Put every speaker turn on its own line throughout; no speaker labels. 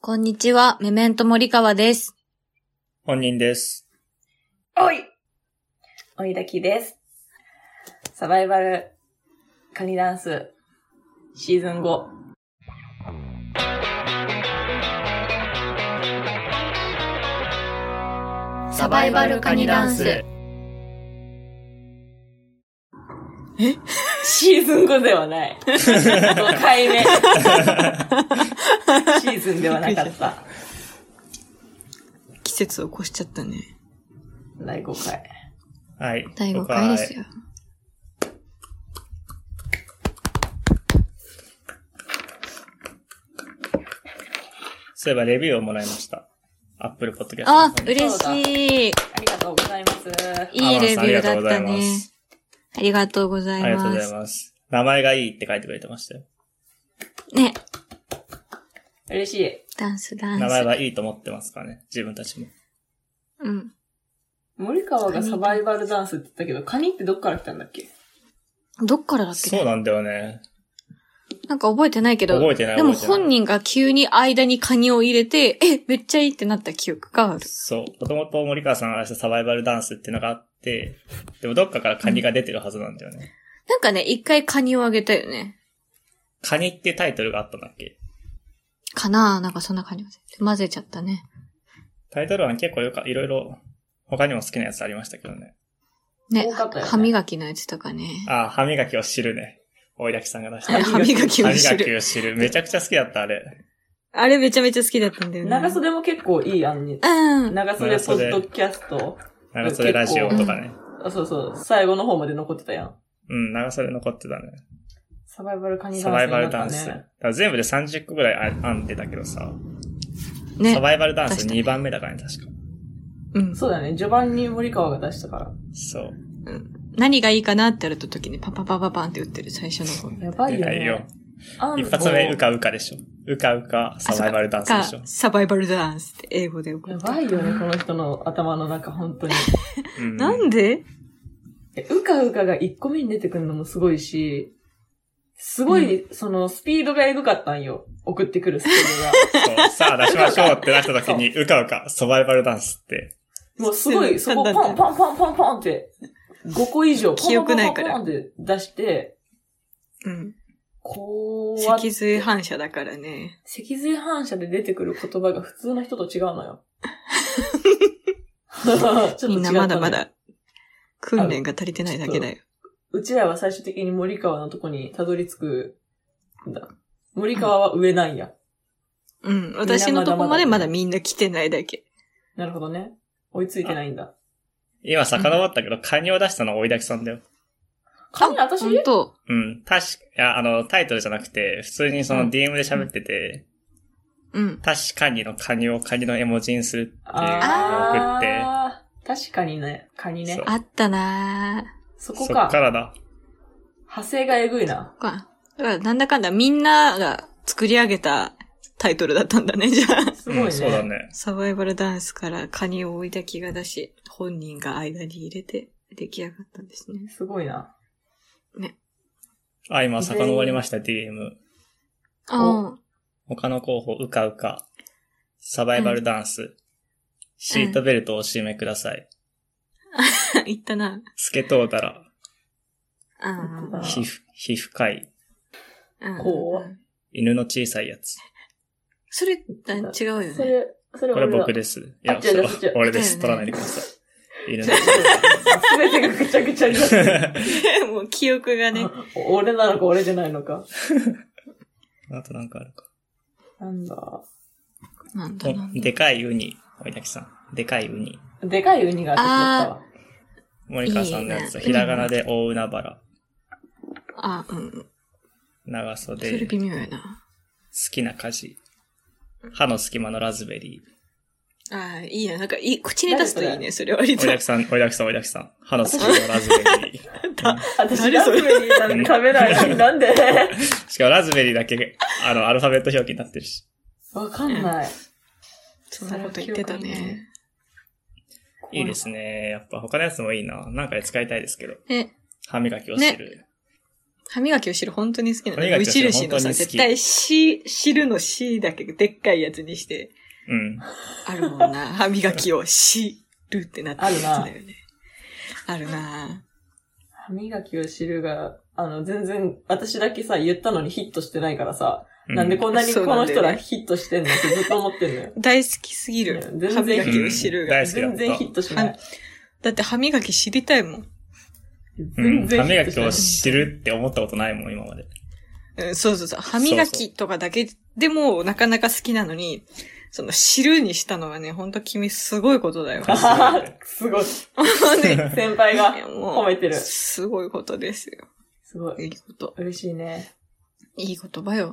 こんにちは、メメント森川です。
本人です。
おいおいだきです。サバイバルカニダンスシーズン5。
サバイバルカニダンス。
シーズン5ではない。5回目。シーズンではなかった。
季節を越しちゃったね。
第5回。
はい。
第5回ですよ。
そういえばレビューをもらいました。アップルポッドキャスト。
あ、嬉しい。
ありがとうございます。
いいレビューだった
ありがとうございま
ね
す。
ありがとうござ
あ
い
りがとうご
ま
ざい
す。
ます。名前がいいって書いてくれてましたよ。
ね、
嬉しい。
ダンスダン
名前
ス。
はいいと思ってますからね。自分たちも。
うん。
森川がサバイバルダンスって言ったけど、カニってどっから来たんだっけ
どっからだっけ
そうなんだよね。
なんか覚えてないけど。
覚えてない
でも
覚えてない
本人が急に間にカニを入れて、え、めっちゃいいってなった記憶がある。
そう。もともと森川さんが話したサバイバルダンスっていうのがあって、でもどっかからカニが出てるはずなんだよね。
なんかね、一回カニをあげたよね。
カニってタイトルがあったんだっけ
かななんかそんな感じがする混ぜちゃったね。
タイトルは結構よか、いろいろ他にも好きなやつありましたけどね。
ね、
多かったよね
歯磨きのやつとかね。
あ、歯磨きを知るね。大井きさんが出した。
あ
歯磨き
歯
を知
磨
る。
きを知る。めちゃくちゃ好きだった、あれ。
あれめちゃめちゃ好きだったんだよね。
長袖も結構いい案に。
うん。
長袖ポッドキャスト。
長袖ラジオとかね。
あそうそう。最後の方まで残ってたやん。
うん、長袖残ってたね。
サバイバルカニダ
サ
ンス
バイ
に
バ
な
ル
っ
ダ
た
ンス。だ
ね
か。ら全部で30個ぐらいあ編んでたけどさ、サ
ね。
バイバルダン
出
ス
した
2番目だからね、確か。
うん。
そうだね。序盤に森川が出したから。
そう。
何がいいかなってやると時にパンパンパンパンパンって打ってる最初の方。
やばいよ
いいよ
ね。あん
一発目、
もう
うかうかでしょ。うかうか、サバイバルダンスでしょ
か、。サバイバルダンスって英語で覚
や
え
ば
た。
いよね、この人の頭の中、本当に。
うん
なんで
えうかうかが1個目に出てくるのもすごいし、すごい、その、スピードがエグかったんよ。送ってくるスピ ー
そうさあ出しましょうってなった時に、うかうか、サバイバルダンスって。
ドが。もうすごい、そこポンポンポンポンポンって、5個以上、ポン
記
ポ
憶
ン
な
ポ
い
ン
か
ポ
ら
ンって出して、
うん。
こうやっ
脊髄反射だからね。
脊髄反射で出てくる言葉が普通の人と違うの よ。ちょっと違
み
うんの
な
よ
まだまだ訓練が足りてないだけだよ。
うちらは最終的に森川のとこにたどり着くんだ。森川は上なんや。
うん。私のとこまでまだみんな来てないだけ。
なるほどね。追いついてないんだ。
今遡ったけど、カニを出したのは大井きさんだよ。
カニ、私
ほんと。
うん。確か、いや、あの、タイトルじゃなくて、普通にその DM で喋ってて、
うん。
確かにのカニをカニの絵文字にするっていうのを送って、
あー、確かにね。カニね
そう。
あったなぁ。
そ
そ
こ
っ
か。
からだ。
派生がえぐいな。
そっかだからなんだかんだみんなが作り上げたタイトルだったんだね、 じゃあ。
すごいね。
うんそうだね。
サバイバルダンスからカニを置いた気が出し、本人が間に入れて出来上がったんですね。
すごいな。
あ、今、遡りました、DM。
あ
他の候補、うかうか、サバイバルダンス、シートベルトをお締めください、
あ、 言ったな。
スケトウダラ、
う
あ
皮膚、皮膚科医、
ん。
こ
うん。
犬の小さいやつ。
それ、だ違うよ
そ
ね。
れ、それ
これ
俺
僕
で。
です。いや、
あ
そ
違う
れ
違う違う
俺です。
だ
取ら
よ
ない
ね
でください。犬の
すべてがぐちゃぐちゃになってる。
もう記憶がね。
俺なのか俺じゃないのか。
あとなんかあるか。
なんだ。
なんだなんだ。
でかいウニ、森崎さん。でかいウニ。
でかいウニが私だったわ。
森川さんのやつ、
いいね
ひらがなで大海原、
あ、うん。
長
それ
袖、好
微妙やな。
きな家事、歯の隙間のラズベリー。
あいいな。なんか、いい、口に出すといいね、それ割と
おや。きさん、おやきさん、おやきさん。歯の隙間のラズベリー。
私、
誰
ラ
そ
ズ
れ
ベリーなんて食べ ない。なんで
しかもラズベリーだけ、あの、アルファベット表記になってるし。
わかんない。
そんなこと言ってた
記憶にない
ね。
いいですね。やっぱ他のやつもいいな。なんかで使いたいですけど。
え、
歯磨きをしてる。
歯磨きを知る本当に好きなの。
歯磨
無
きを知る
印の
本
さ、
当に好き
絶対し、知るのしだけでっかいやつにして、
うん。
あるもんな。歯磨きを知るってなってるやつだよね。あるな
歯磨きを知るが、あの、全然、私だけさ、言ったのにヒットしてないからさ、なんでこんなに
そ
こ
うな
の
んだよね。
人らヒットしてんのってずっと思ってんのよ
大好きすぎ
い
る
や全。然
歯磨きを知るが。
大好きだった
全然ヒットしない。
だって歯磨き知りたいもん。
うん。
全
歯磨
然ヒットし
き
ない
を。知るって思ったことないもん、今まで。
うんそうそうそう。歯磨きとかだけでもなかなか好きなのに、その知るにしたのはね、ほんと君すごいことだよ。
あはは すごい。先輩が
い やもう
褒めてる。す
すごいことですよ。
ごい。
いいこと。
嬉しいね。
いい言葉よ。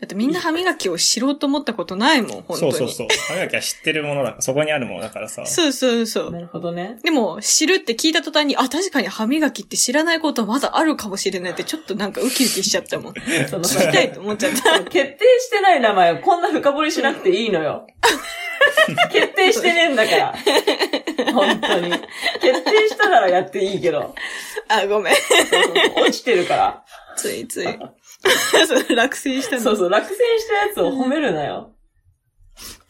だってみんな歯磨きを知ろうと思ったことないもん、本当
そ
に。
うそうそう。歯磨きは知ってるものだから、そこにあるものだからさ。
そうそうそう
なるほど ね。
でも、知るって聞いた途端に、あ、確かに歯磨きって知らないことまだあるかもしれないって、ちょっとなんかウキウキしちゃったもん。聞
その、
きたいと思っちゃった。
決定してない名前をこんな深掘りしなくていいのよ。 決定してねえんだから。本当に。決定したならやっていいけど。
あ、ごめん。
そうそう落ちてるから。
ついつい。そう落選したの。
そう そう、落選したやつを褒めるなよ。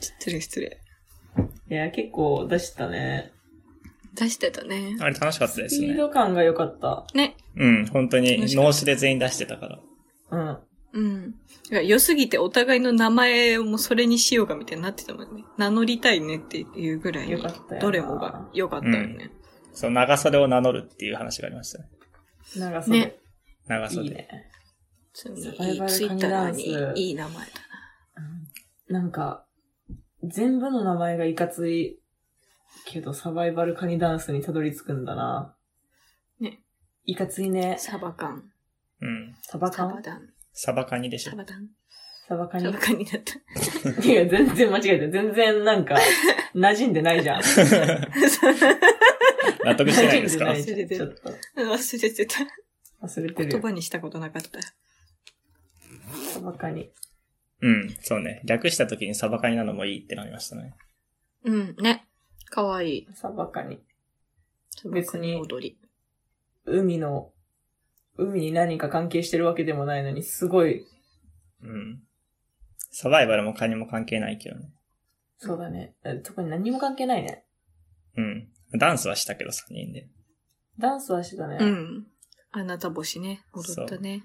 失礼失礼。
いや、結構出したね。
出してたね。
あれ楽しかったで
ス
す
ピー
ね。
ド感が良かった。
ね。
うん、本当に
楽し、かった
脳死で全員出してたから。
うん。
うん。いや良すぎてお互いの名前をもうそれにしようかみたいになってたもんね。名乗りたいねっていうぐらいに
よかったよな
どれもが良かったよね。
そう、長袖を名乗るっていう話がありましたね。
長袖。
ね
長
い
袖。
いね。
そう
サ
い
バイ
い
バル
ツイッターなのに
カニダンス
いい名前だ
うんなんか、全部の名前がいかついけど、サバイバルカニダンスにたどり着くんだな。
ね。
いかついね
な。。サバカン。
うん。
サバカ
サバ
ン
ダン。
サバカニでしょ
サ。バダン。
サバカニ
サバカンになっ
いや、全然間違えてる。全然なん か、馴染んでないじゃん。馴
た。
納得してない
染ん
です
で
か
ないじゃん。ちょっと
忘れてた。
忘れてる
言
よ。
葉にしたことなかった。
サバカニ。
うん、そうね。略した時にサバカニなのもいいってなりましたね。
うん、ね。かわいい。
サバカニ。
別
別
に
に
踊り。
海の、海に何か関係してるわけでもないのに、すごい、
うん。サバイバルもカニも関係ないけどね。
そうだね。え特に何も関係ないね。
うん。ダンスはしたけど、3人で。
ダンスはしてたね。
うん。あなた星ね。踊ったね。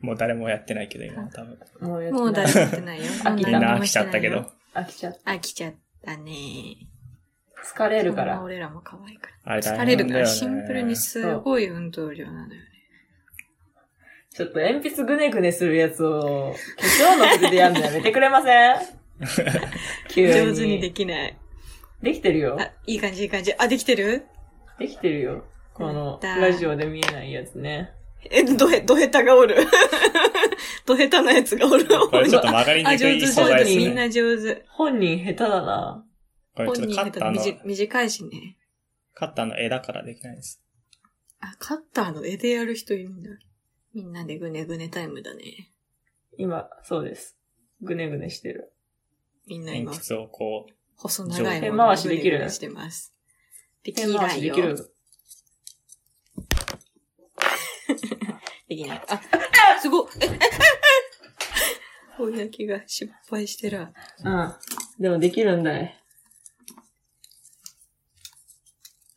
もう誰もやってないけど、今は多分。
もうやってない
もう誰もやってないよ。
飽きた
みん な飽きちゃったけ
もう
ど。
飽きちゃった。
飽きちゃったね。
疲れるか
そんな
ら。
俺らも可愛いか
あ
ら。
れ
疲
大変な
れる
ん
か
だよ
ら
ね。
シンプルにすごい運動量なのよね。
ちょっと鉛筆ぐねぐねするやつを、化粧の筆でやるのやめてくれま せん急に。
上手にできない。
できてるよ。
あ、いい感じいい感じ。あ、できてる
できてるよ。この、
やった
ラジオで見えないやつね。
え、どへ、どへたがおる。 どへたなやつがおる。
これちょっと曲がり
あ、
にく
上
い
手
素
上手
材で
にみ
す
ん
ね。
な上手。
本人下手だな。
これ
本
ちょっと
人
カ
下
ッ
手
ターの、
短短いしね。
カッターの枝からできないです。
あ、カッターの絵でやる人いるんだ。みんなでぐねぐねタイムだね。
今、そうです。ぐねぐねしてる。
みんな今
鉛、筆をこ
細長い
手
ものを
回しできる
ぐねぐねしてます。でき
手回
な
し
い
で
よ
き。る。
できない。あ、すごい。 ええええおやきが失敗してる。
うん。でもできるんだい。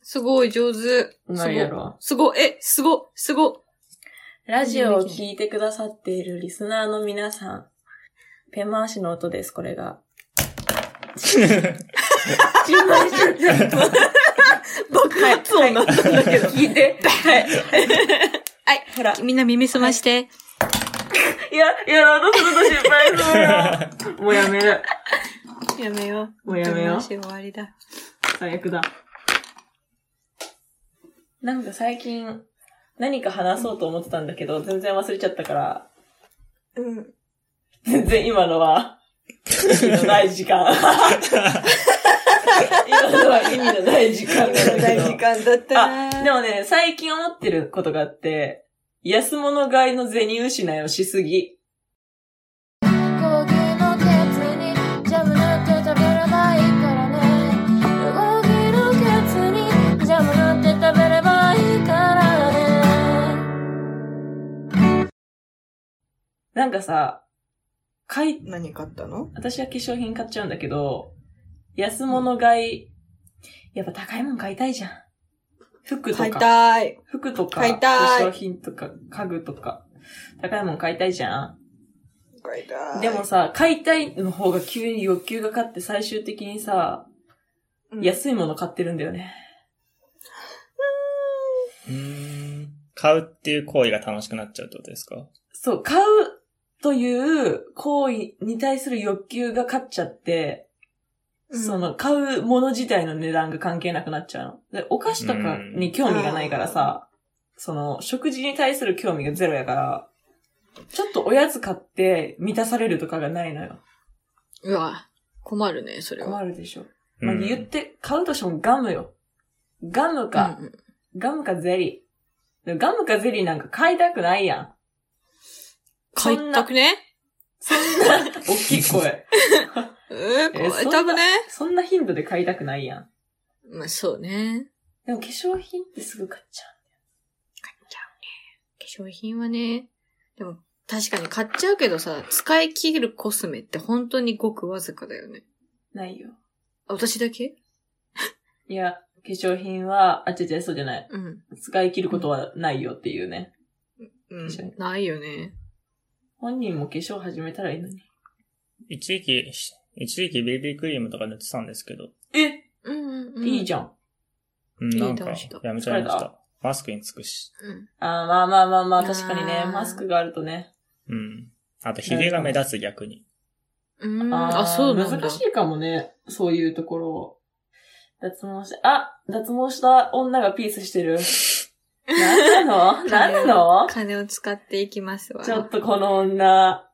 すごい、上手。
うまいやろ
すごい。すごい、え、すごい、すごい。
ラジオを聞いてくださっているリスナーの皆さん。ペン回しの音です、これが。失敗しちゃった。
爆発音なったんだけど。
聞いて。はい。はい。ほら。い
みんな耳すまして。
や、やろうとすると失敗するよ。もうやめる。
やめよう。
もうやめよう
後回し終わりだ。
最悪だ。なんか最近、何か話そうと思ってたんだけど、全然忘れちゃったから、
うん。
全然今のは、意味のない時 間。今のは意味のない時間なんだけど。
間だっ
あ、でもね、最近思ってることがあって、安物買いの銭失いをしすぎ。
講義のケツにジャムなんて食べればいいからね講義のケツにジャムなんて食べればいいからね
なんかさ、買い、
何買ったの
私は化粧品買っちゃうんだけど、安物買い、やっぱ高いもん買いたいじゃん。服と
買い
か、
たい。
服とか、
買いたい
化粧品とか、家具とか、高いもん買いたいじゃん。
買いたい。
でも、さ、買いたいの方が急に欲求が勝って最終的にさ、
うん、
安いもの買ってるんだよね。
うーん。買うっていう行為が楽しくなっちゃうってことですか
そう、買うという行為に対する欲求が勝っちゃって、
うん
その、買うもの自体の値段が関係なくなっちゃうの。で、お菓子とかに興味がないからさ、その、食事に対する興味がゼロやから、ちょっとおやつ買って満たされるとかがないのよ。
うわ、困るね、それは。
困るでしょ。
うん
まあ、言って、買うとしてもガムよ。ガムか、
うんうん
ガムかゼリー。でもガムかゼリーなんか買いたくないやん。
買いたくね
そんな、 大きい声。
えー、
えー
買いたくね、
そんな頻度で買いたくないやん。
まあ、そうね。
でも化粧品ってすぐ買っちゃ
化粧品はね、でも確かに買っちゃうけどさ、使い切るコスメって本当にごくわずかだよね。
う。ないよ。
あ、私だけ
いや、化粧品は、あ、違う違う、そうじゃない。
うん。
使い切ることはないよっていうね。
うん
確かに。
ないよね。
本人も化粧始めたらいいのに。
一時期、し一時期ベビークリームとか塗ってたんですけど、
え、
うんうんうん。
いいじ
ゃん。
ゃん。
うん、なんか
いい男子だ、
やめちゃいまし
疲れ
た。マスクにつくし。
うん。
あーまあまあまあまあ、確かにね
あ、ー
マスクがあるとね。
うん。あと、髭が目立つ逆に。
うーん、あ、そうなんだ。
難しいかもね、そういうところを。脱毛し、あ、脱毛した女がピースして る。なんなのなんなの
金を使っていきますわ。
ちょっとこの女、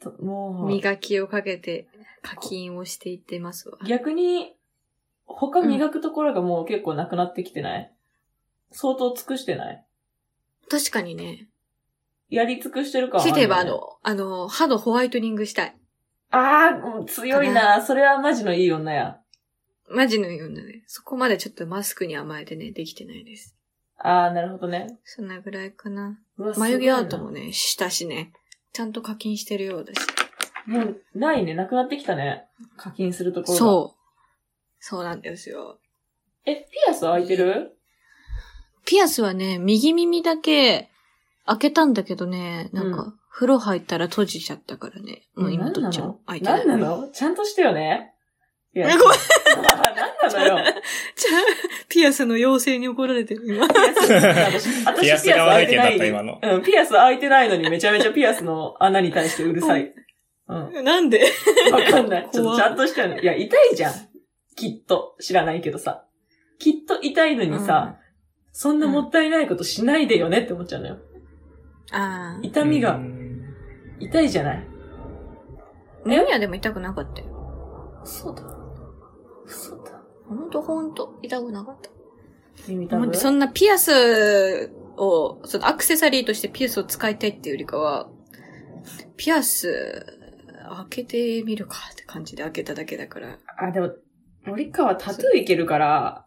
ともう、
磨きをかけて課金をしていってますわ。
逆に、他磨くところがもう結構なくなってきてない、相当尽くしてない
確かにね。
やり尽くしてる感はある
例
よね
えばあ。の、あの、歯のホワイトニングしたい。
あーもう強いな。それはマジのいい女や。
マジのようなね。そこまでちょっとマスクに甘えてね、できてないです。
あーなるほどね。
そんなぐらいかな。
うわ
眉毛アートも。
す
ね、したしね。ちゃんと課金してるようだし。
ごいなもう、ないね。なくなってきたね。課金するところが。う。
そう。そうなんですよ。
え、ピアス開いてる
ピアスはね、右耳だけ開けたんだけどね、なん
う
か、風呂入ったら閉じちゃったからね。もう今どっちも開いて
な
ない
ん。なのちゃんとしてよね。い
え ごめん
なんなのよ。
じゃあ ピアスの妖精に怒られてる、 今。
私
ピアスが悪いけどだった今の
うん、ピアス開いてないのにめちゃめちゃピアスの穴に対してうるさい。うん。わ
なんで
かんない。ちょっと
怖っ
ちゃんとしたの。いや、痛いじゃん。きっと。知らないけどさ。きっと痛いのにさ、そんなもったいないことしないでよねって思っちゃうのよ。
ああ。
痛み
う
が
ん
痛いじゃない。
耳はでも痛くなかったよ。
そうだ。そうだ。
ほんとほんと、痛くなかった。
耳た
ほん
ぶ
でそんなピアスを、そのアクセサリーとしてピアスを使いたいっていうよりかは、ピアス、開けてみるかって感じで開けただけだから。
あ、でも、森川タトゥーいけるから、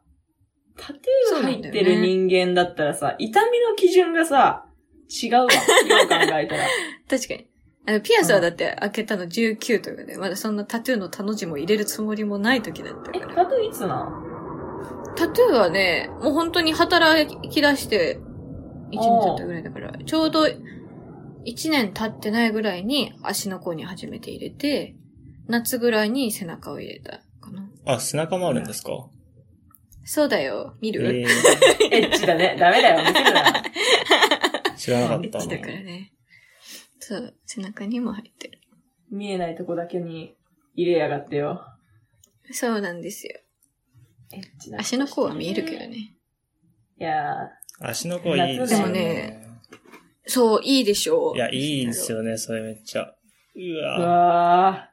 タトゥー入ってる人間だったらさ、痛みの基準がさ、違うわ。よう考え たら。
確かに。あの、ピアスはだって開けたの19というかね、まだそんなタトゥーの他の字も入れるつもりもない時だった
え、
から。
タトゥーいつな
タトゥーはね、もう本当に働き出して1年経ったぐらいだから、ちょうど1年経ってないぐらいに足の甲に初めて入れて、夏ぐらいに背中を入れたかな。
あ、背中もあるんですか
そうだよ、見
え
る、
ー、
エッチだね。ダメだよ。見てるな。
知らなかっ
エッ
た
チだからね。そう、背中にも入ってる。
見えないとこだけに入れやがってよ。
そうなんですよ。
エッチなことして
足の甲は見えるけど。ね。
いやー、
足の子いいですよね。
そう、いいでしょう。
いや、いいですよね、それめっちゃ。う
う
わ
わ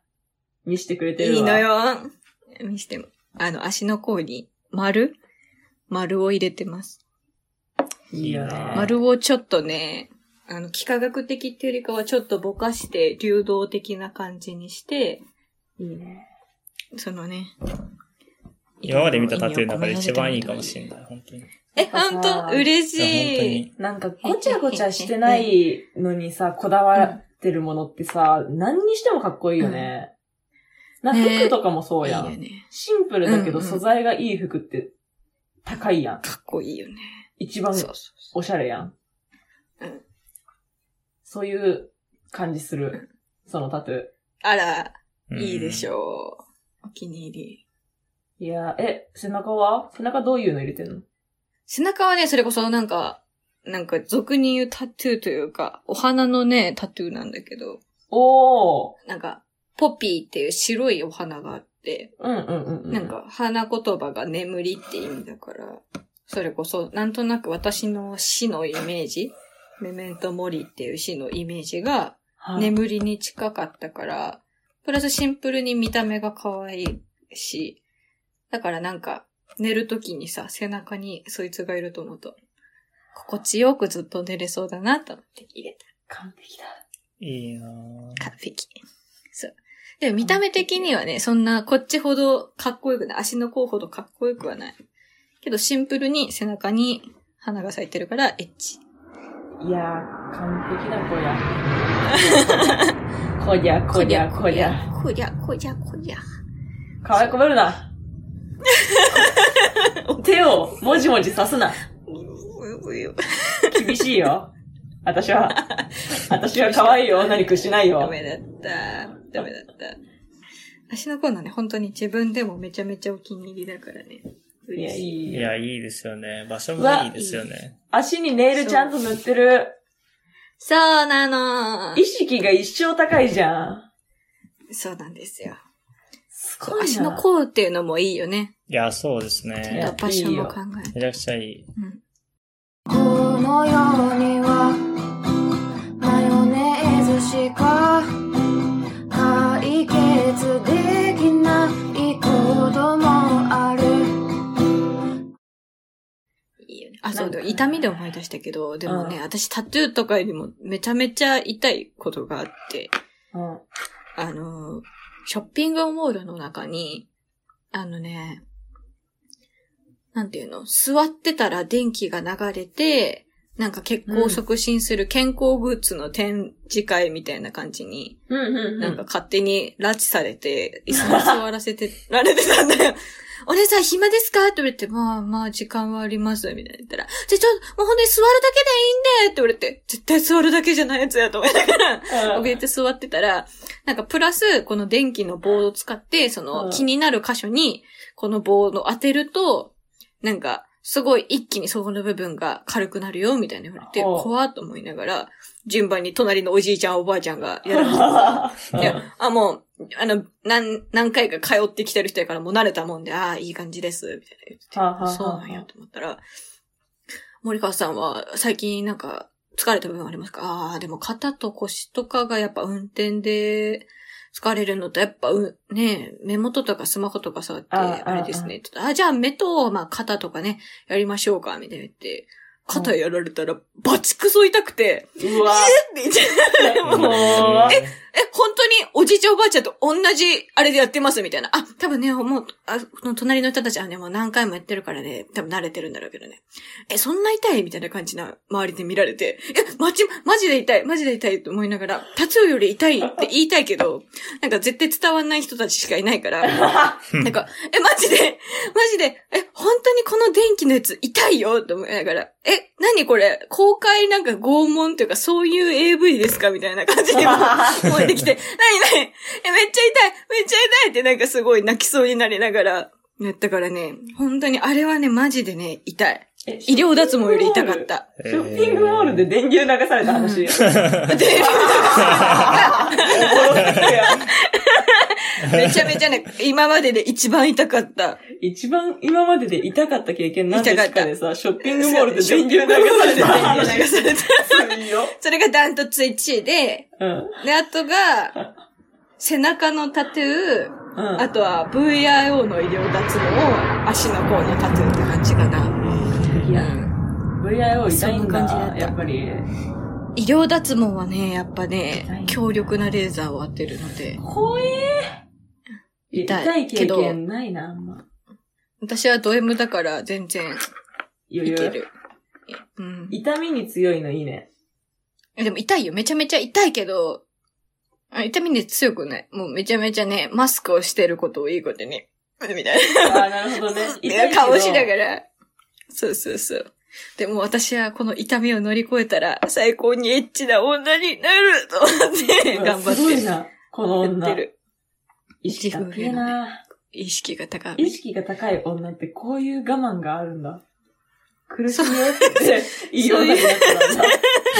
ー。見してくれてるわ。
いいの。よ。見しても。あの、足の甲に丸丸を入れてます。
いいよ
いい
ね
な。
丸をちょっとね、あの、幾何学的っていうよりかはちょっとぼかして流動的な感じにして、
いいね。
そのね。
今まで見たタトゥーの中で一番いいかもしれない、本当に。い
れない。え、
なんかさ
本当嬉
や、本当
しい。
に。
なんかごちゃごちゃしてないのにさ、こだわってるものってさ、何にしてもかっこいいよね。な
ね
服とかもそうや
いいよ
ん。
ね。
シンプルだけど
うんうん
素材がいい服って高いやん。
かっこいいよね。
一番
そうそうそ
おしゃれやん
うん。
そういう感じする。そのタトゥー。
う。あら、いいでし
ょ。
ょう。お気に入り。
いやー、え、背中は背中どういうの入れてんの
背中はね、それこそなんか、なんか俗に言うタトゥーというか、お花のね、タトゥーなんだけど、
おー。
なんか、ポピーっていう白いお花があって、
うんうんうんうん。
なん。か花言葉が眠りって意味だから、それこそなんとなく私の死のイメージ、メメントモリっていう死のイメージが
はい、
眠りに近かったから、プラスシンプルに見た目が可愛いし、だからなんか、寝るときにさ、背中にそいつがいると思うと、心地よくずっと寝れそうだなと思って入れ
完璧だ。
いいなぁ
た。完璧。そう。でも見た目的にはね、そんなこっちほどかっこよくない。足の甲ほどかっこよくはない。けどシンプルに背中に花が咲いてるからエッチ。
いやー、完璧だ、こりゃ。 こりゃ、こりゃ、こりゃ。。
こりゃ、こりゃ、こりゃ。
かわいこぶるな。手をもじもじさすな。
ういういういう
厳しいよ。私は、私は可愛いよ。女に屈しない
ダ
よ。
メだった。ダメだった。足のコーナーね、本当に自分でもめちゃめちゃお気に入りだからね。
いや、
嬉
い
しい。
い
い。
や、いいですよね。場所
う
も
わ
いいですよね。
足にネイルちゃんと塗ってる。
そうなの
意識が一生高いじゃん。
そうなんですよ。
すごいな。
足の甲っていうのもいいよね。
いや、そうです
ち
ね
ゃ。んと場所も考えて。
めちゃくちゃいい。
うん。
この世にはマヨネーズしか解決できないこともある
いいよね。あ、
な
そ
ん
う
か
だ。痛みで思い出したけど、でもね、
う
私タトゥーとかよりもめちゃめちゃ痛いことがあって、
うん。
あのー、ショッピングモールの中に、あのね、なんていうの座ってたら電気が流れて、なんか血行を促進する健康グッズの展示会みたいな感じに、
うんうんうん。
なんか勝手に拉致さ れて、椅子に座らせてられてたんだよ。 お姉さん暇ですかって言われて、まあまあ時間はあります、みたいな言ったら、じゃあちょっと、もうほんとに座るだけでいいんでって言われて、絶対座るだけじゃないやつやと思いながら、
うん、
怯えて座ってたら、なんかプラス、この電気の棒を使って、その
うん
気になる箇所に、この棒を当てると、なんか、すごい一気にそこの部分が軽くなるよ、みたいな言われて、
ほう
怖っと思いながら、順番に隣のおじいちゃんおばあちゃんがやら れていや、あ、もう、あの、何、何回か通ってきてる人やからもう慣れたもんで、ああ、いい感じです、みたいな言って
はあはあはあ
そうなんやと思ったら、森川さんは最近なんか疲れた部分ありますかああ、でも肩と腰とかがやっぱ運転で疲れるのとやっぱう、ねえ目元とかスマホとか触って、
ああ
あれですね。ちょっとあ、じゃあ目と、まあ肩とかね、やりましょうか、みたいな言って、肩やられたらバチクソ痛くて、
う わ
えって言って
ぁ。もう、
え
え、本当におじいちゃんおばあちゃんと同じあれでやってますみたいな。あ、多分ね、もう、あ、この隣の人たちはね、もう何回もやってるからね、多分慣れてるんだろうけどね。え、そんな痛いみたいな感じな周りで見られて、え、まち、マジで痛い、マジで痛いと思いながら、タトゥーより痛いって言いたいけど、なんか絶対伝わんない人たちしかいないから、なんか、え、マジで、マジで、え、本当にこの電気のやつ痛いよと思いながら、え、何これ公開なんか拷問というかそういう AV ですかみたいな感じで燃えてきて、何何え、めっちゃ痛いめっちゃ痛いってなんかすごい泣きそうになりながら、やったからね、本当にあれはね、マジでね、痛い。
え
医療脱毛より痛かっ。た。
ショッピングモールで電流流された話。
めちゃめちゃね、今までで一番痛かった。
一番今までで痛かった経験なんですかでさ、ショッピングモールで電流流された
電流流
話。
された
いいよ。
それがダントツ1位で、
うん。
で、あとが、背中のタトゥー、
うん。
あとは VIO の医療脱毛、足の甲のタトゥーって感じかな。
いや、VIO 痛い
そん
ん
な感じだっ
だ
た、
やっぱり。
医療脱毛はね、やっぱね
い、
強力なレーザーを当てるので、
怖えー。
痛い
痛い経
けど
験ないな、あんま。
私はド M だから全然
余
いけ
裕。
る。うん。
痛みに強いのいいね。
えでも痛いよ。めちゃめちゃ痛いけど、あ痛みに強くない。もうめちゃめちゃね、マスクをしてることをいいことに。みたい
ああ、なるほどね。痛い
な。
けど
顔しながら。そうそうそう。でも私はこの痛みを乗り越えたら最高にエッチな女になると思って
うわ
頑張っ
すごい
て
な、この
やって
女。
る。
意識高いな。
意識が高
意
い。
識が高い女ってこういう我慢があるんだ。苦しみ合って言いようになっ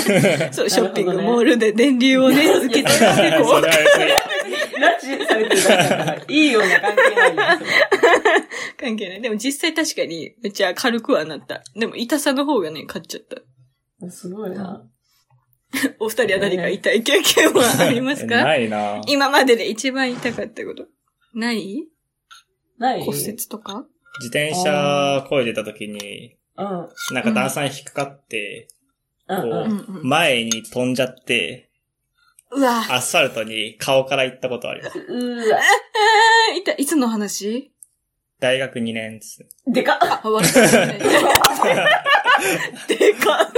たんだ。
そう、
な
シ
る
ョ
ほどね
ッピングモールで電流をね、受け取っ
それ
てこう
は、別
拉致されてるだけだから、いいような関係ないんですよ。
関係ない。でも実際確かにめっちゃ軽くはなった。でも痛さの方がね、勝っちゃった。
すごいな。
お二人は何か痛い経験はあります
に
か
ないな
今までで一番痛かったこと。ない
ない
骨折とか
自転車漕いでた時に、
うん。
なんか段差に引っかかって、
うん
う
うんん。
うん。
前に飛んじゃって、
うわぁ。
アスファルトに顔から行ったことあります。
うわ。
あー痛い。いつの話
大学2年です。
でかっ
あ、笑ってる。でかっ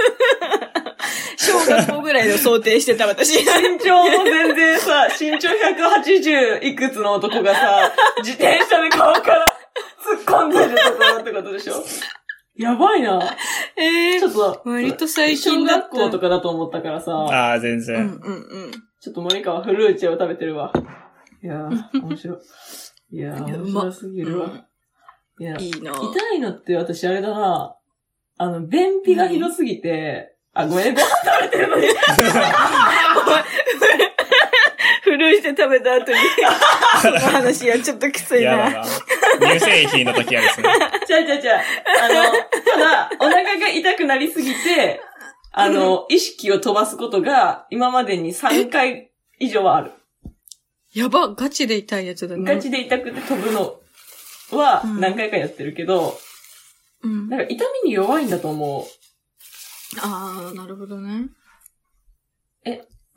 小学校ぐらいの想定してた私。
身長も全然さ、身長180いくつの男がさ、自転車で顔から突っ込んでるところってことでしょやばいな。
え
ちょ
ー
っと、
割と最近だった
小学校とかだと思ったからさ、
ああ、全
うんう
然。
んうん。
ちょっと森川フルーチェを食べてるわ。いやー、面白い。いや
いや
ー、
う
面
ま
白すぎるわ。いや、
いいなぁ。
痛いのって私あれだな。あの、便秘がひどすぎて、あ、ごめんね、ご飯食べてる のに。
ふるいして食べた後に、その話はちょっときつい
嫌だ
な。
な。乳製品の時はですね。
ちゃうちゃうちゃう。あの、ただ、お腹が痛くなりすぎて、あの、意識を飛ばすことが、今までに3回以上はある。
やば、ガチで痛いやつだね。
ガチで痛くて飛ぶのは
うん
何回かやってるけど、
うん。
なんか痛みに弱いんだと思
あー、なるほどね。
う。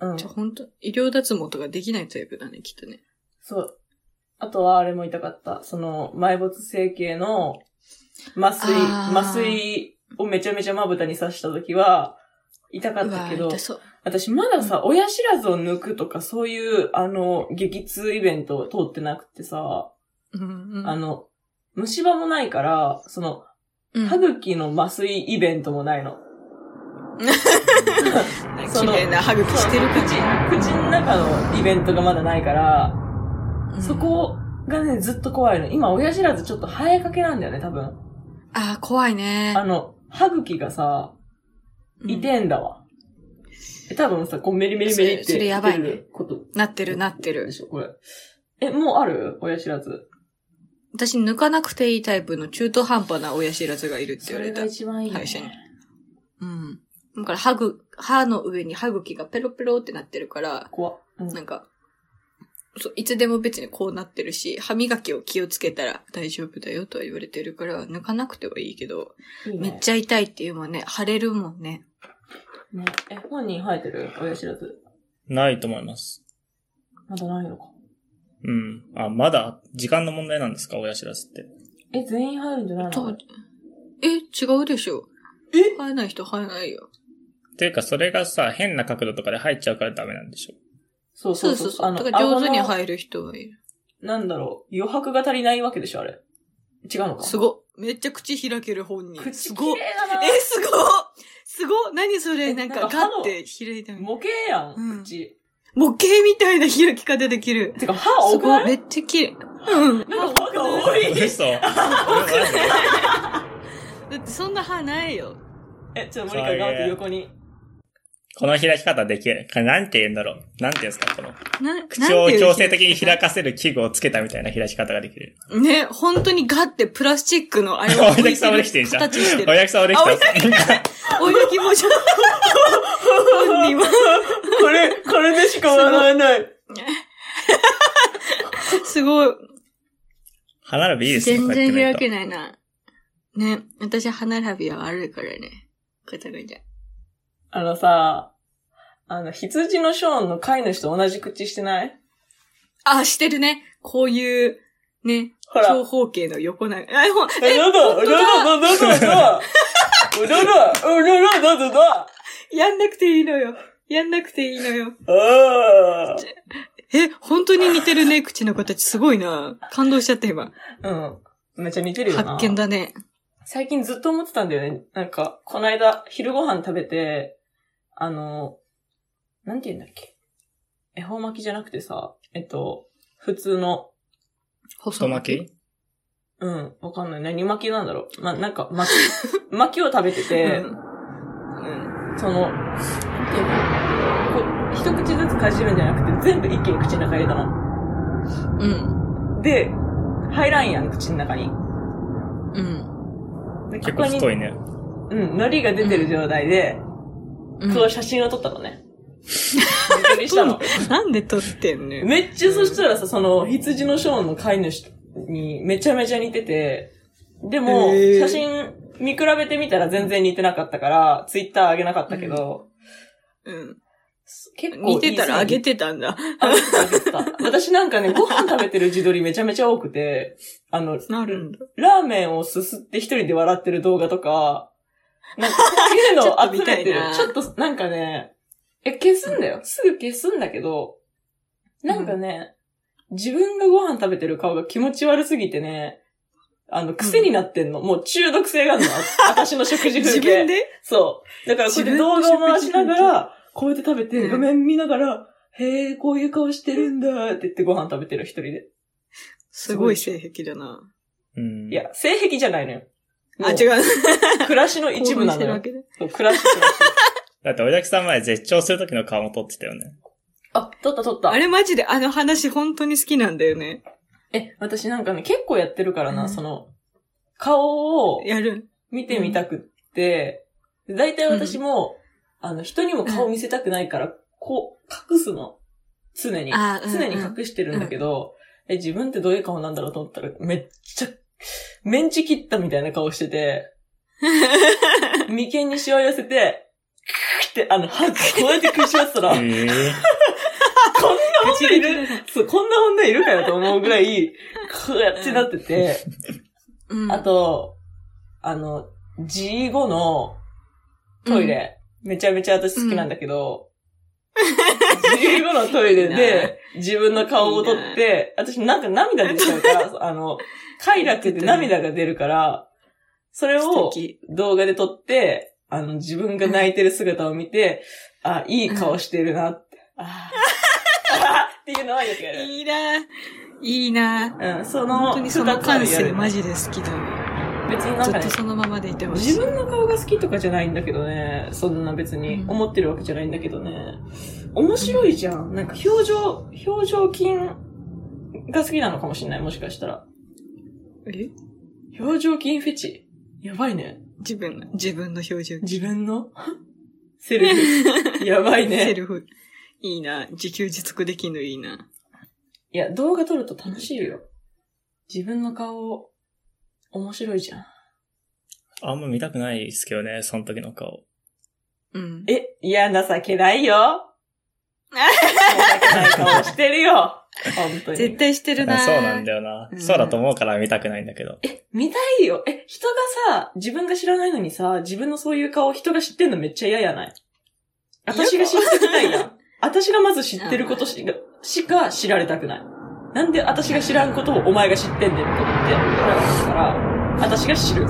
うん
じゃ、。ほんと、医療脱毛とかできないタイプだね、きっとね。
そう。あとはあれも痛かった。その、埋没整形の麻酔、
あー
麻酔をめちゃめちゃまぶたに刺した時は、痛か
う
った
わ
けど、
痛そう。
私まださ、親知らずを抜くとか、そういう、あの、激痛イベントを通ってなくてさ、
うんうん。
あの、虫歯もないから、その、
うん、
歯茎の麻酔イベントもない の。 そ
綺
の
麗な歯茎してる
口、口の中のイベントがまだないから、
か
そ。こがね、ずっと怖いの。今、親知らずちょっと生えかけなんだよね、多分。
あー、怖いね。
あの、歯茎がさ、
うん
いてんだわ。え多分さ、こうメリメリメリって
それそれやばいね
出てること
なってるなっ
で
てる。
しょ、これ。え、もうある親知らず。
私抜かなくていいタイプの中途半端な親知らずがいるって言われた。
一番い
歯医者に。うん。だから歯ぐ、歯の上に歯茎がペロペロってなってるから、
怖っ。うん
なんか、そう、いつでも別にこうなってるし、歯磨きを気をつけたら大丈夫だよとは言われてるから、抜かなくてはいいけど、
いいね
めっちゃ痛いっていうのはね、腫れるもんね。
ねえ、本人生えてる親知らず。
ないと思います。
まだないのか。
うん。あ、まだ、時間の問題なんですか親知らずって。
え、全員入るんじゃない
と
の
え、違うでしょ。
え
生えない人生えないよ。
ていうか、それがさ、変な角度とかで入っちゃうからダメなんでしょ。
そう
そ
そうう
そ
そうう。
そう。だから上手に
顎の
生える人はいる。
なんだろう。余白が足りないわけでしょ、あれ。違うのか。
すごっ。めっちゃ口開ける本人。す
口綺
ごっ。
麗だな
え、すごっすごっ何それ
え
なん
な
か
ん
ガ
か
ッ
歯の
て開いたみたい
模型や
うん
ん、口。
模型みたいな開き方できる。
てか、歯多
す
く
ご、
ないい
めっちゃ綺麗。うん。だ
なんか歯が多い。
嘘。
ってそんな歯ないよ。
え、ちょっと森川頑張って横に。
この開き方できる。これなんて言うんだろう。なんて言うんですかこの。
な、
口を強制的に開
く。
かせる器具をつけたみたいな開き方ができる。
ね、本当にガってプラスチックのあれを
お
置いて
や
る
きさまできてるじゃん。
形して
お
る。
やきさまでき
あおや
てる。
おやきもちょっと。本人は
これ、これでしか笑えない。
すごい。
歯並びいいですね、
全
こうやっ
然
て見る
開
と
けないな。ね、私歯並びは悪いからね。ガチャガチャ。
あのさ、あの、羊のショーンの飼い主と同じ口してない
あ、してるね。こういう、ね、
ほら
長方形の横長い。あ、ほ
う
ん、
どど、うどど、う どど、うどど、うどど、うどど、うどど、うどど、
やんなくていいのよ。やんなくていいのよ。
あ
え、本当に似てるね、口の形。すごいな。感動しちゃった今。
あ。うん。めっちゃ似てるよな。
発見だね。
最近ずっと思ってたんだよね。なんか、この間、昼ご飯食べて、あの、なんて言うんだっけ。恵方巻きじゃなくてさ、えっと、普通の、
細
太巻き
うん、わかんない。何巻きなんだろう。まあ、なんか、巻 き、巻きを食べてて、
うん
その、なんていうのこう一口ずつかじるんじゃなくて、全部一気に口の中入れたの。
うん。
で、入らんやん、口の中に。
うん。
で、
結
ここ
構
に、
太いね。
うん、海苔が出てる状態で、
うん
こう写真を撮ったの ね。びっくりしたの。
なんで撮ってんのよ。
めっちゃそしたらさ、その羊のショーンの飼い主にめちゃめちゃ似てて、でも、
へー
写真見比べてみたら全然似てなかったから、ツイッター上げなかったけど、
うん。
結構いい
似てたらあげ
て
てたんだ。
あげてた、あげてた。私なんかね、ご飯食べてる自撮りめちゃめちゃ多くて、あの、
なるんだ。。
ラーメンをすすって一人で笑ってる動画とか、なんかそういうのを集めてるち
ち
ょ
ょ
っとなんかね、え、消すんだよ。すぐ消すんだけど、なんかね、自分がご飯食べてる顔が気持ち悪すぎてね、あの、癖になってんの。もう中毒性が あるの。あ私の食事風
自
景。
分で
そう。だからこうやって
自
動
分の
画を回しなが
食事
ら、こうやって食べて、
うん
画面見ながら、へえ、こういう顔してるんだって言ってご飯食べてる一人で。
すごい性癖だな。
うん。
いや、性癖じゃないのよ。
あ、違
う。
う。
暮らしの一部な
興奮し
の
て
よ
るわ。けね
そう、暮らし暮らし。
だって、おやきさん前絶頂する時の顔も撮ってたよね。
あ、撮った撮った。
あれマジであの話本当に好きなんだよね。
え、私なんかね、結構やってるからな、
うん
その、顔を
やる。
見てみたくって、だいたい私も、あの、人にも顔見せたくないから、こう、隠すの。常に。
あうんうん
常に隠してるんだけど、え、自分ってどういう顔なんだろうと思ったら、めっちゃ、メンチ切ったみたいな顔して て、眉間にしわ寄せて、クーって、あの、歯こうやって食いしばってたら、こんな
ええ
女いるそう、こんな女いるかよと思うぐらい、こうやってなってて、
うん
あ、と、あの、G5 のトイレ、めちゃめちゃ私好きなんだけど、G5 のトイレで自分の顔を撮って、私なんか涙出ちゃうから、あの、快楽で涙が出るから、それ
素
を
敵。
動画で撮って、あの、自分が泣いてる姿を見 て、あ、いい顔してるなって、あー っていうのは言ってやる。
いいなぁいいなぁ
うん、その、
本当にその感性マ
ジ
ジで好きだわ。
別になん
ず
か
っ
ね
と、そのままでいてほしい
自。分の顔が好きとかじゃないんだけどね。そんな別に
うん
思ってるわけじゃないんだけどね。面白いじゃん。なんか表情、表情筋が好きなのかもしれない。もしかしたら。
え
表情筋フェチ。やばいね。
自分の、自分の表情。
自分 のセルフ。やばい
セ
ね。
ルフ。いいなぁ自給自足できんのいいない
や、動画撮ると楽しいよ。自分の顔、面白いじゃん。
あんま見たくないですけどね、その時の顔。
うん。
え、いや、情けないよ。 情けない顔してるよ。本当に。
絶対してるなぁ
そうなんだよな、
うん
そうだと思うから見たくないんだけど。
見たいよ。え、人がさ、自分が知らないのにさ、自分のそういう顔人が知ってんのめっちゃ嫌やない私が知ってみたいやん。私がまず知ってることししか知られたくない。なんで私が知らんことをお前が知ってんねんと思って、から、私が知る。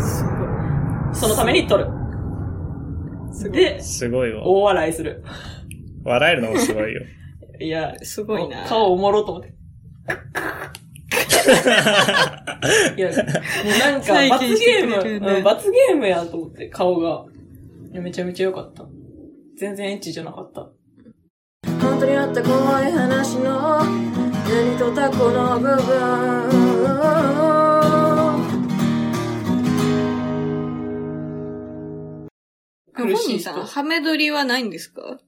そのために撮る。で、
すごいわ。
大笑いする。
笑えるのもすごいよ。
いや、
すごいなぁ
顔おもろと思 って。いや、もうなんか、
再
罰
現し
ゲ
て
ー
く
ム、
れるね
うん罰ゲームやと思って、顔が。いや、めちゃめちゃ良かった。全然エッチじゃなかった。
本当にあった怖い話の何とタコの部分
本人さん、ハメ撮りはないんですか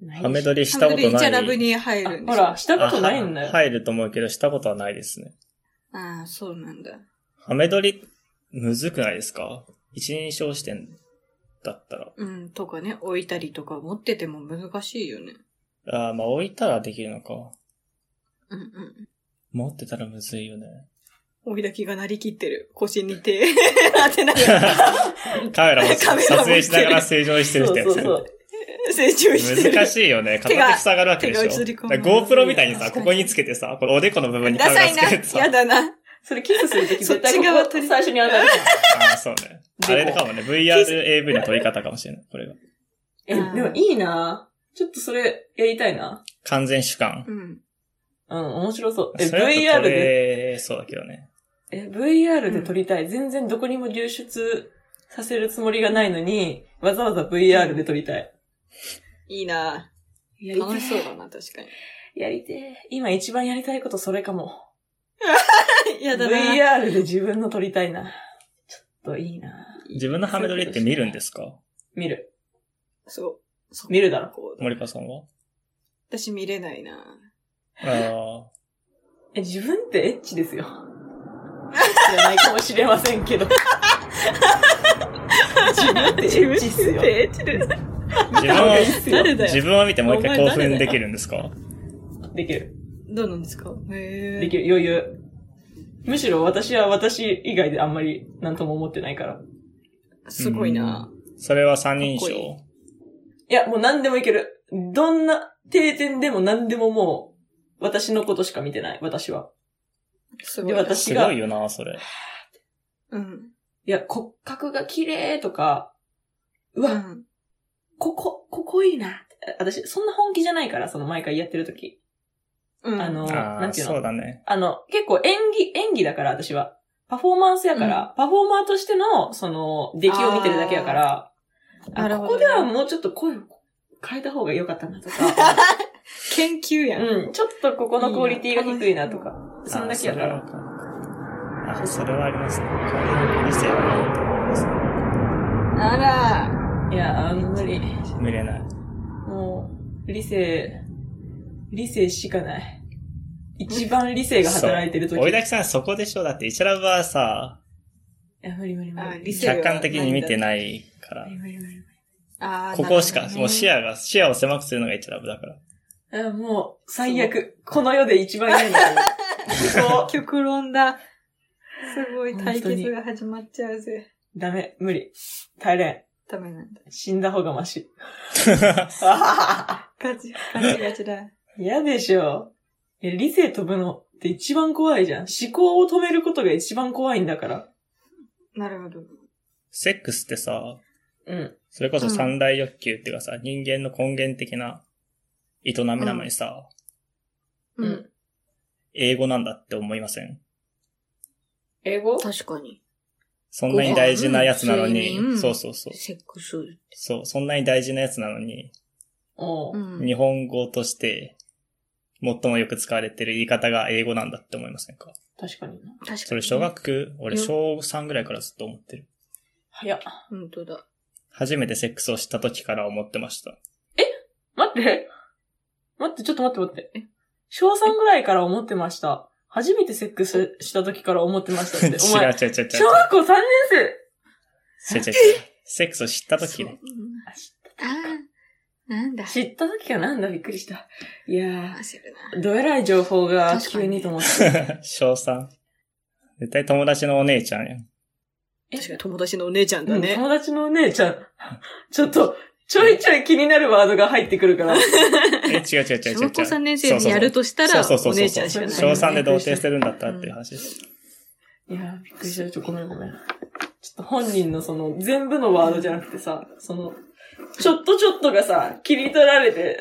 ない
ハメ撮りしたこと
ハメ撮りイ
な
チ
い。
ャラブに入るん
ほ、
ですから
したことないんだ
あ
よ。
は入ると思うけど、したことはないですね。
ああ、そうなんだ。
ハメ撮り、むずくないですか一人称視点だったら。
うん、とかね、置いたりとか持ってても難しいよね。
ああ、まあ置いたらできるのか。
うんうん。
持ってたらむずいよね。
追いだきがなりきってる。腰に 手当てながら。
カメラも
カメラ持
撮
って
影しながら正常にしてる
そ
人
う
や
そ
つ
うそ
ね。
う。
成長してる。
難しいよね。 片
手が
手塞がるわけで
手が映り
し
込
ょ。
む
だから GoPro みたいにさ、
確か
こ
に
こにつけてさ、このおでこの部分に
ダ
カメ
サ
ラ
い
つけて
な。
さ
や。だな。
それキスするとき
そっ
絶対
ち側
ここ
取り
最初に当たる
ああ、そうね。あれかもね。VRAV の撮り方かもしれない。これが。
じゃん。え、でもいいなちょっとそれやりたいな。
完全主観。
うん。
うん、面白そう。え、
それだと
VR
撮
で、
れそうだけどね。
え、VR で撮りたい。全然どこにも流出させるつもりがないのに、わざわざ VR で撮りたい。
いいな
やりて
楽しそう
え
だな、確か
やりてえ今一番やりたいことそれかも。
に。やだな。
VR で自分の撮りたいな。ちょっといいな
自分のハメ撮りって見るんですか
見る。
そう。そ
見るだろ。
こう
森川さんは
私見れない
あ
な。
あ。
え、自分ってエッチですよ。じゃないかもしれませんけど。自分ってエッチっすよ。
エッチです。
自分
いい
を
っ、すよ
誰だ
自
よ。
分を見てもう一回
お
興
前誰だ
奮
よ
できるんですか
できる。
どうなんですかへえ。
できる。余裕。むしろ私は私以外であんまり何とも思ってないから。
すごいな。
それは三人称
かっこ
いや、もう何でもいける。どんな定点でも何でももう、私のことしか見てない、私は。
すご
で、
い。
私
す
が、
ご
い
いよな、それ。
うん。
や、骨格が綺麗とか、う
う
わ、
ん。
ここ、ここいいな。私、そんな本気じゃないから、その毎回やってる時。
うん。
あの、
あ
な
あ、
んていう
そう
の
だね。
あの、結構演技、演技だから、私は。パフォーマンスやから、パフォーマーとしての、その、出来を見てるだけやから、
あー
あ
なるほ
こ
どね
こではもうちょっと声を変えた方が良かったな とか、
研究やん。
うん、ちょっとここのクオリティが低いなとか、そんだけやか
あ
ら。
ー。それはあーそれはありますね。こういう理性はあると思いますね。
あら。
いや、あんまり、
見れない。
もう、理性、理性しかない。一番理性が働いてる時。
追い
い
だきさんそこでしょだって、イチャラブはさ、
や、無理無理無
あ
理。
理性は
客観的に見てないか
無
ら
理。無理無理。
あー
ここしか、
なるほどね
もう視野が、視野を狭くするのがイチャラブだから。
あもう、最悪。この世で一番嫌なの。こう
極論だ。すごい対決が始まっちゃうぜ。
ダメ、無理。耐えれ
ダメなんだ。
ん。死んだ方がマシ。
ガチ、ガチガチだ。
嫌でしょ。いや理性飛ぶのって一番怖いじゃん。思考を止めることが一番怖いんだから。
なるほど。
セックスってさ、
うん。
それこそ三大欲求っていうかさ、人間の根源的な営みなのにさ、
う。
うんん。
英語なんだって思いません
英語
確かに。
そんなに大事なやつなのに
ご飯睡眠、
そうそうそう。
セックス。う
そう、そんなに大事なやつなのに、
おうん。
ん。
日本語として、最もよく使われてる言い方が英語なんだって思いませんか
確かにな。
確かに。
それ小学、俺
うん
小3ぐらいからずっと思ってる。
早っ。
本当だ。
初めてセックスをした時から思ってました。
待って。待って、ちょっと待って待って。え小3ぐらいから思ってました。初めてセックスした時から思ってました
違
っ
う
て。お
違う
前、
違う違う違う。
小学校3年生
違う違う違う。セックスを知った時ね。
そううんああ、なんだ。
知った時はなんだびっくりした。いや
焦るな。
ー、どえらい情報が
確かに
急にと思って。
小3。絶対友達のお姉ちゃんやん。
え
確かに友達のお姉ちゃんだ
うん
ね。
友達のお姉ちゃん、ちょっと、ちょいちょい気になるワードが入ってくるから。
え、違う違う違う違う違
小
う。
学校3年生でやるとしたら、
そうそうそ
お
うそう
姉ちゃんしかない。
小3で同棲してるんだったらっていう話です。
いやー、びっくりした。ちょ、ごめんごめん。ちょっと本人のその、全部のワードじゃなくてさ、その、ちょっとちょっとがさ、切り取られて、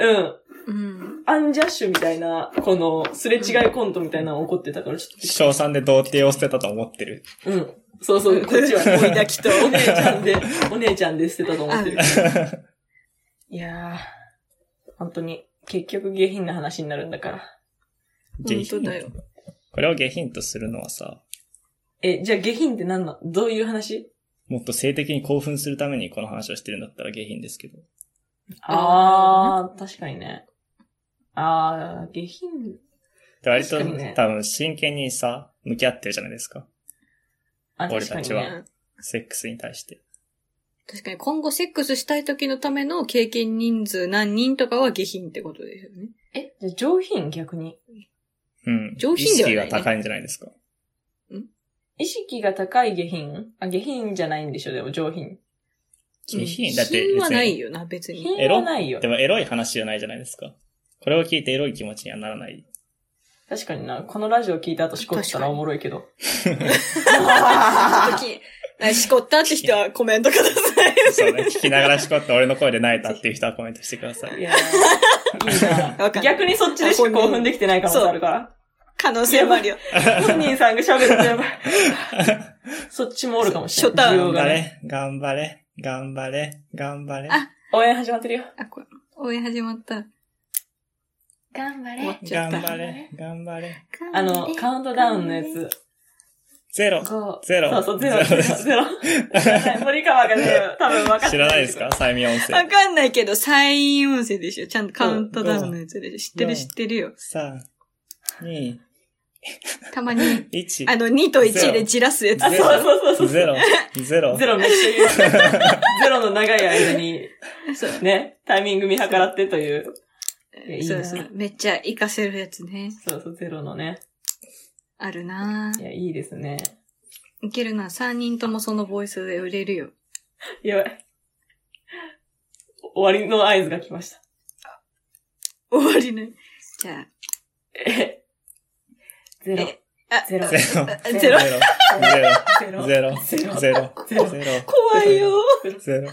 うん、
うん。
アンジャッシュみたいな、この、すれ違いコントみたいなの起こってたから、ちょっとびっ
小3で童貞を捨てたと思って る。
くり、うん。そうそう、こっ ちは、
追い
お
抱きと。
姉ちゃんで、お姉ちゃんで捨てたと思ってる。いやー、本当に、結局下品な話になるんだから。
下
本
品
当だよ。
これを下品とするのはさ、
え、じゃあ下品って何なのどういう話
もっと性的に興奮するためにこの話をしてるんだったら下品ですけど。
あー、確かにね。あー、下品。
で割と、
確かにね
多分真剣にさ、向き合ってるじゃないですか。
あ、
俺
確か
た
に
ち
ね
は。
うん
セックスに対して。
確かに今後セックスしたい時のための経験人数何人とかは下品ってことですよね。
え、じゃあ上品逆に。
うん。
上品ではな
意識が
いね
高いんじゃないですか。
意識が高い下品あ、下品じゃないんでしょ、でも上品。
気にし
う
なんい。だって別に、
品はないよな、別 に。
品はない よ
で。もエロい話じゃないじゃないですか。これを聞いてエロい気持ちにはならない。
確かにな、このラジオ聞いた後しこったらおもろいけど。
時々しこったって人はコメントください。
そうね。聞きながらしこって俺の声で泣いたっていう人はコメントしてくださ
い
い。
やーいいな
わかんない
逆にそっちでしか興奮できてない可能性あるから。
可能性もあるよ。
本人さんが喋って れば。そっちもおるかもしれない。
初
需
対
要
頑
が
張
ね。
れ、頑張れ、頑張れ、頑張れ。
あ
応援始まってるよ。
あ、これ、応援始まった。
頑張
終わっ
れ。
ちゃっ
頑
た。
張れ、頑張れ。
あの、カウントダウンのやつ。
ゼロ。
こう
ゼロ
そうそう、ゼロ、ゼロ、ゼ ロ。知らない森川がね、多分分かって
知らないですか催眠音声
わ。かんないけど、サイン音声でしょ。ちゃんとカウントダウンのやつでしょ。知って
う
る
ん
知ってるよ。
三、二、
たまに、
一、
あの、2と1でじらすやつ
あ、。そうそうそうそう。
ゼロ、ゼロ
ゼ。ロめっちゃ言う。ゼロの長い間に、
そう。
ね、タイミング見計らってという。いやいい
そう
です
そ
ね
う。めっちゃ活かせるやつね。
そうそう、ゼロのね。
あるないぁ。
や、いいですね。
いけるな。3人ともそのボイスで売れるよ。
やばい。終わりの合図が来ました。
終わりない。じゃ
えゼロ、
あ、あ、
ゼロ、
ゼ
ゼ
ロ、
あゼ
ゼロ、
ロ。
ゼロ、
ロ、
ゼロ、ゼロ、ゼロ、
ゼロ
ゼロ、
怖いよ。
ゼロ。